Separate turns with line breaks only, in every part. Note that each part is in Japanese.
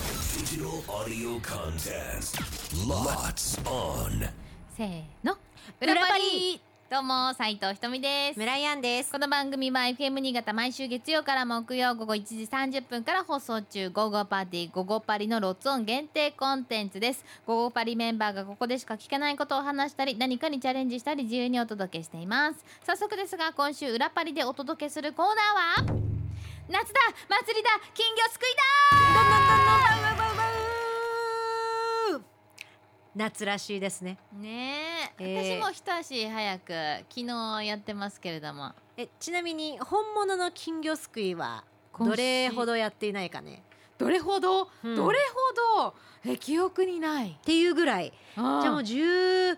Digital audio contest. Lots on.
せーの
裏
裏パ
パリ
リどうも斉藤ひとみです
村井アンです。
この番組は FM 新潟毎週月曜から木曜午後1時30分から放送中午後パーティー午後パリのロッツオン限定コンテンツです午後パリメンバーがここでしか聞けないことを話したり何かにチャレンジしたり自由にお届けしています早速ですが今週裏パリでお届けするコーナーは夏だ祭りだ金魚すくい
夏らしいですね。
だねえ、
えー
私も一足早く昨日やってますけれども
え、ちなみに本物の金魚すくいはどれほどやっていないかね。
どれほど、
うん
どれほどえ記憶にない
っていうぐらい。
じ
じ
ゃ
ゃあもう10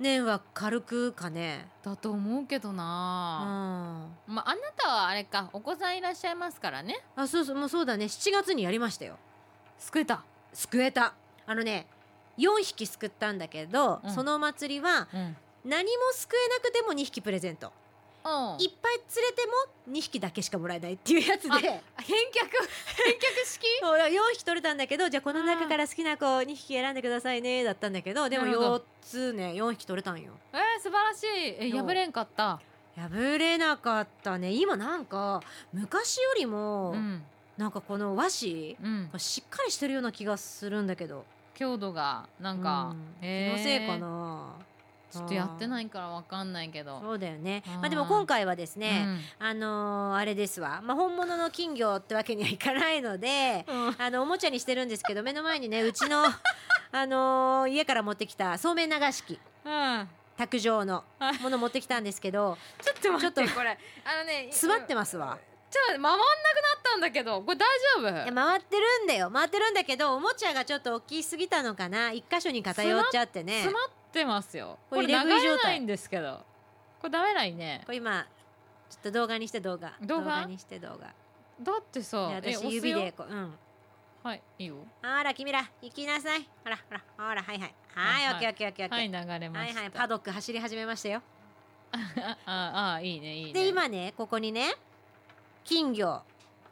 年は軽くかね。
だと思うけど
うん。
な、
あ、
まああなたはあれかお子さんいらっしゃいますからね
そうそう、もうそうだね。7月にやりましたよ。
救えた
すくえた。あのね、4匹すくったんだけど、
うん
そのお祭りは
うん
何もすくえなくても2匹プレゼント。
うん
いっぱい釣れても2匹だけしかもらえないっていうやつで。
返却返却式
そうだから4匹取れたんだけどじゃあこの中から好きな子2匹選んでくださいねだったんだけどでも
なるほど
4つね4匹取れたんよ
えー、素晴らしいえ
そう
破れんかった
破れなかったね今なんか昔よりも、
うん
なんかこの和紙
うん
しっかりしてるような気がするんだけど
強度がなんか、
うん
えー
気のせいかな
ちょっとやってないいからわかんないけど
そうだよね
うん
まあでも今回はですね、あのーあれですわ、まあ、本物の金魚ってわけにはいかない ので
うん、うん
あのおもちゃにしてるんですけど目の前にねうちのあのー家から持ってきたそうめん流し器卓上の
はい
もの持ってきたんですけど
ちょっと待って
ちょっと
これあのね
座ってますわ
ちょっと待って回んなくなったんだけどこれ大丈
い
夫
や回ってるんだよ回ってるんだけどおもちゃがちょっと大きすぎたのかな一箇所に偏っちゃってね
詰まってますよ
こ
こ
れ
れ流
入れ食い状態
れないんですけどこれダメないね
これ今ちょっと動画にして動画
動画
にして動画
だってさ
で
え押
私
すよ
指でこううん
はいいいよ
あら君ら行きなさいほらほらほらはいはいはい
はい
オッケーオッケーオッケーオッケ
はい
ー
流れま
はい
した
はいパドック走り始めましたよ
あああいいねいいね
で今ねここにね金魚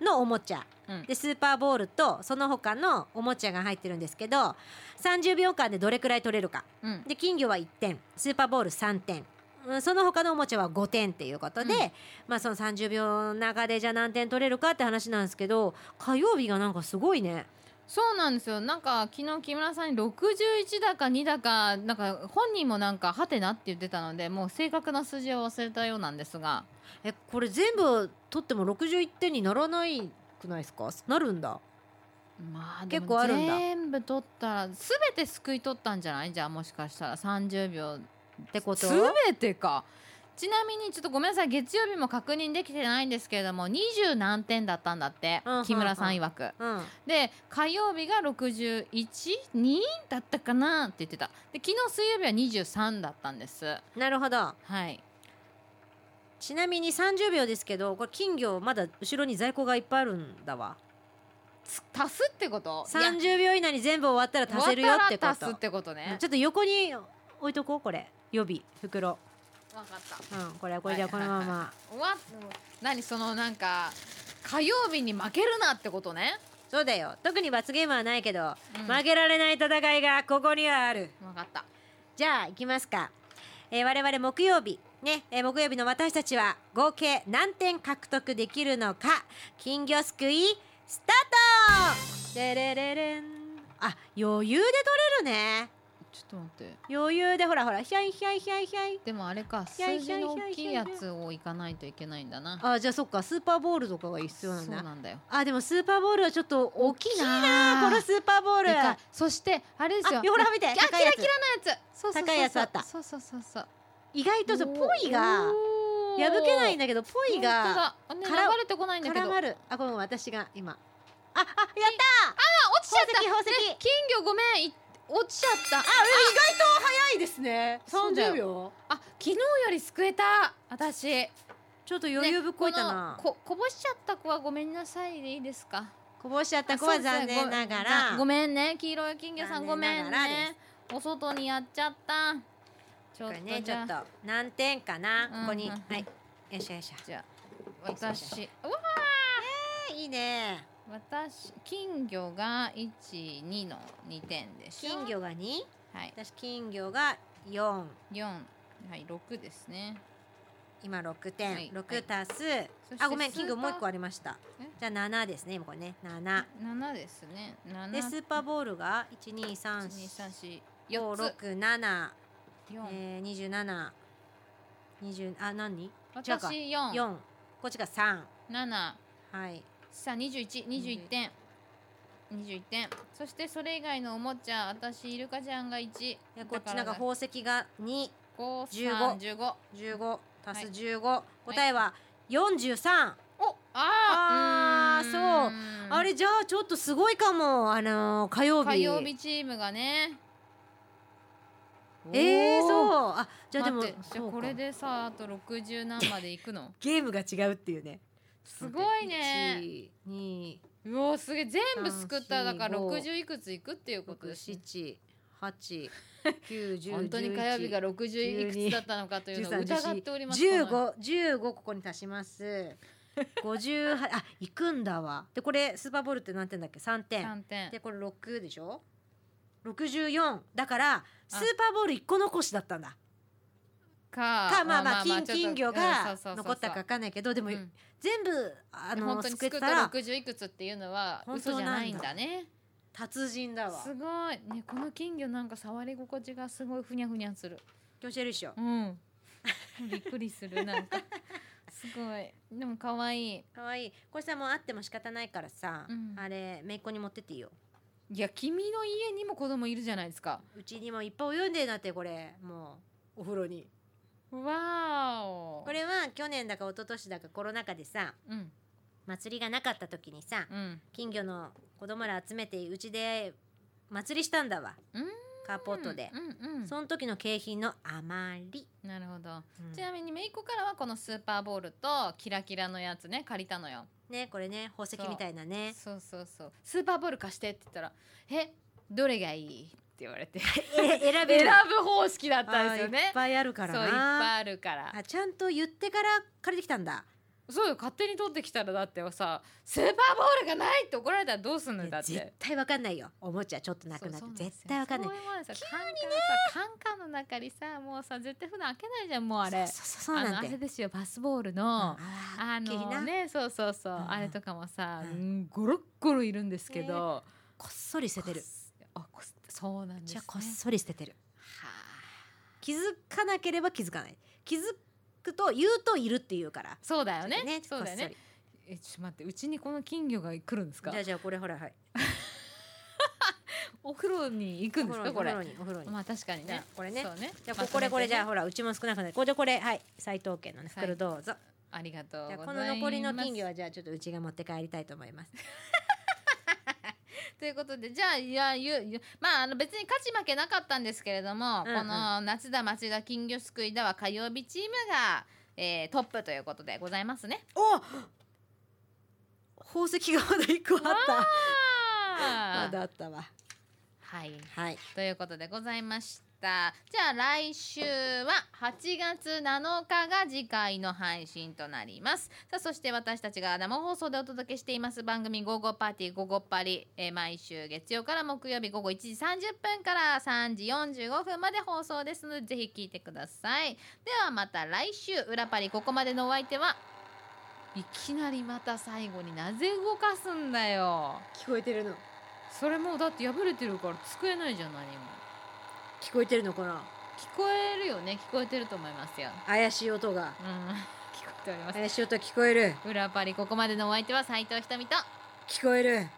のおもちゃ
うん
でスーパーボールとその他のおもちゃが入ってるんですけど30秒間でどれくらい取れるか
うん
で金魚は1点スーパーボール3点うんその他のおもちゃは5点っていうことで、
うん
まあその30秒の中でじゃあ何点取れるかって話なんですけど火曜日がなんかすごいね
そうなんですよなんか昨日木村さんに61だか2だかなんか本人もなんかハテナって言ってたのでもう正確な数字を忘れたようなんですが
えこれ全部取っても61点にならないくないですかなるんだ
まあでも
結構あるんだ
全部取ったら全てすくい取ったんじゃないじゃあもしかしたら30秒
ってこと
すべてかちなみにちょっとごめんなさい月曜日も確認できてないんですけれども20何点だったんだって、
うんうんうん
木村さん曰く
うん
で火曜日が612だったかなって言ってたで昨日水曜日は23だったんです
なるほど
はい
ちなみに30秒ですけどこれ金魚まだ後ろに在庫がいっぱいあるんだわ
つ足すってこといや
30秒以内に全部終わったら足せるよってこ
終わったら
と
足すってことね
ちょっと横に置いとこうこれ予備袋
わかった
うんこれこれじゃあこ
は
の
い
まま、
終わっ何そのなんか火曜日に負けるなってことね
そうだよ特に罰ゲームはないけど、
うん
負けられない戦いがここにはある
わかった
じゃあ行きますか、えー我々木曜日ね、えー木曜日の私たちは合計何点獲得できるのか金魚すくいスタートでれれれんあ余裕で取れるね
ちょっと待って
余裕でほらほらひゃいひゃいひゃいひゃい
でもあれか
いやい
数
や
字の大きいやつをいかないといけないんだな。
あじゃあそっかスーパーボールとかが必
そう
要なんだ
なんだよ。
あでもスーパーボールはちょっと大きい
大きい
な
な
このスーパーボール
でかいそしてあれですよ。
あほら見て
あキ
高
ラ
い
キ
や
ラ
つ
キラなやつ。そうそうそうそう
高いやつあった
そうそうそうそう。
意外とそうポイが
おー
破けないんだけどポイが
本当だ。
から
あね流れてこないんだけど。
絡
あ
まるあごめん私が今ああやった
落ちちゃった。
宝石宝石
ね金魚ごめんい落ちちゃった。あ
いいですね
そうだよ
秒
あ昨日よりすくえた私。
ちょっと余裕ぶっこいたな、
ねこのここぼしちゃった子はごめんなさいでいいですか。
こぼしちゃった子は残念なが
あそうですね
ら
ごごめんね黄色い金魚さんご
残
め
念
ん
ながら
ねお外にやっちゃったちょ
こ
っ
れ
と
ね
じ
ちょ
ゃ
っ
あ
と何点かな、ここに
うん
はいよいしょよいしょ
じゃあ
そうそう
私うわ
えーいいね
私金魚が12の2点でしょ
金魚が2
はい
私金魚が4
4はい6ですね
今6
はい
点、六6足す、
そして
あごめん
スーパー
金魚もう1個ありました
え
じゃあ7ですね今これね7
7ですね7
でスーパーボールが1 2 3 4
1234 4
5 6 7
つ4、
えー、27 20あ何
私4
4こっちが3
7
はい
さあ2121点21点そしてそれ以外のおもちゃ私イルカちゃんが1
でこっちなんか宝石が2
5 3 15
15足す
はい
15、答えは43、
おあ
あ
ー
ー
ーん
あれじゃあちょっとすごいかもあのー火曜日
火曜日チームがね
えー、
う
そうあ
じ
じゃ
ゃ
あでも
じゃ
そう
あ
か
これでさあと60何までいく の
ゲームが違うっていうね
すごいね
1 2
うおーすげえ全部
三
すくっただから
四五
60いくついくっていうこと
6
です、ね、
7 8 9 10
本当に火曜日が60いくつだったのかというのを疑っております
十
この
五十五ここに足します。五十八あ 行くんだわ。でこれスーパーボールって何点だっけ？三点。
3点
でこれ六でしょ？六十四だからスーパーボール一個残しだったんだ。
か
かまあまあ
ちょ
金
っと
金魚
う
が
んそうそうそうそう
残ったかわかんないけどでも
うん
全部あ
本
の
当に
すく
作
っ
ったた
ら
60いくつっていうのは
本当
嘘じゃないん
な
だね
達人だわ
す。ごいねこの金魚なんか触り心地がすごいふにゃふにゃする
教えるっしょ
う。ん びっくりするなんかすごいでも可愛い
可愛いい。これさもうあっても仕方ないからさ
うん、
あれ姪っ子に持ってっていいよ。
いや君の家にも子供いるじゃないですか
うちにもいっぱい泳いでんだってこれもうお風呂に。
わーお
これは去年だか一昨年だかコロナ禍でさ
うん
祭りがなかった時にさ
うん
金魚の子供ら集めてうちで祭りしたんだわ
うーん
カーポートで、
うんうん
その時の景品の余り、
なるほど
うん
ちなみにめいっ子からはこのスーパーボールとキラキラのやつね借りたのよ
ねこれね宝石みたいなね
そうそうそうスーパーボール貸してって言ったら「えどれがいい?」って言われ て選
え選べる
ぶ方式だったんですよ
あーい
ね
っぱいあるから
そういっぱ
ない
あるから
あちゃんと言ってから借りてきたんだ
そうよ勝手に取ってきたらだってさスーパーボールがないって怒られたらどうすんのよ
い
だ
や
って
絶対わかんないよおもちゃちょっとなくなって絶対わかんない
そううもんですよカンカンさカンカンの中にさもうさ絶対普段開けないじゃんもうあれ
そうそうそうそうな
あ
ん
の
て
あれですよバスボールの、あのねそうそうそう、
うんうん
あれとかもさ、
う
うん、ゴロッゴロいるんですけど、
こっそり捨ててる
こっそあこっそうなんです
じ
ね
ゃこっそり捨ててる
はあ
気づかなければ気づかない気づくと言うといるっていうから
そうだよね
こ
そ
っ
うだよねえちょっと待ってうちにこの金魚が来るんです
そ
か
りじゃあじゃあこれほらはい
お風呂に行くんですか
お
こ
風
れ
呂にお風呂に
まあ確かに
じゃ
ね
あこれね
そうね
じゃあ
ま
ことこれこれ
めて
じゃあ
ね
ほらうちも少なくないこれじゃあこれはい斎藤家のね
はい
袋どうぞ
ありがとう
じ
ござい
ゃあ
ます
この残りの金魚はじゃあちょっとうちが持って帰りたいと思います
ということでじゃあいやゆゆまああの別に勝ち負けなかったんですけれども、
うんうん
この夏だ町田金魚すくいだは火曜日チームが、えートップということでございますね。
お宝石がまだ一個あった まだあったわ
はい
はい
ということでございました。じゃあ来週は8月7日が次回の配信となります。さあそして私たちが生放送でお届けしています番組「午後パーティー午後パリ」えー毎週月曜から木曜日午後1時30分から3時45分まで放送ですのでぜひ聞いてください。ではまた来週裏パリここまでのお相手はいきなりまた最後になぜ動かすんだよ。
聞こえてるの
それもうだって破れてるから机ないじゃん何も。
聞こえてるのかな
聞こえるよね聞こえてると思いますよ
怪しい音が
うん 聞こえております
怪しい音聞こえる
裏パリここまでのお相手は斉藤ひとみと
聞こえる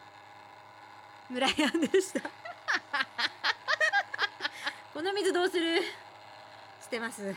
村山でした この水どうする捨てます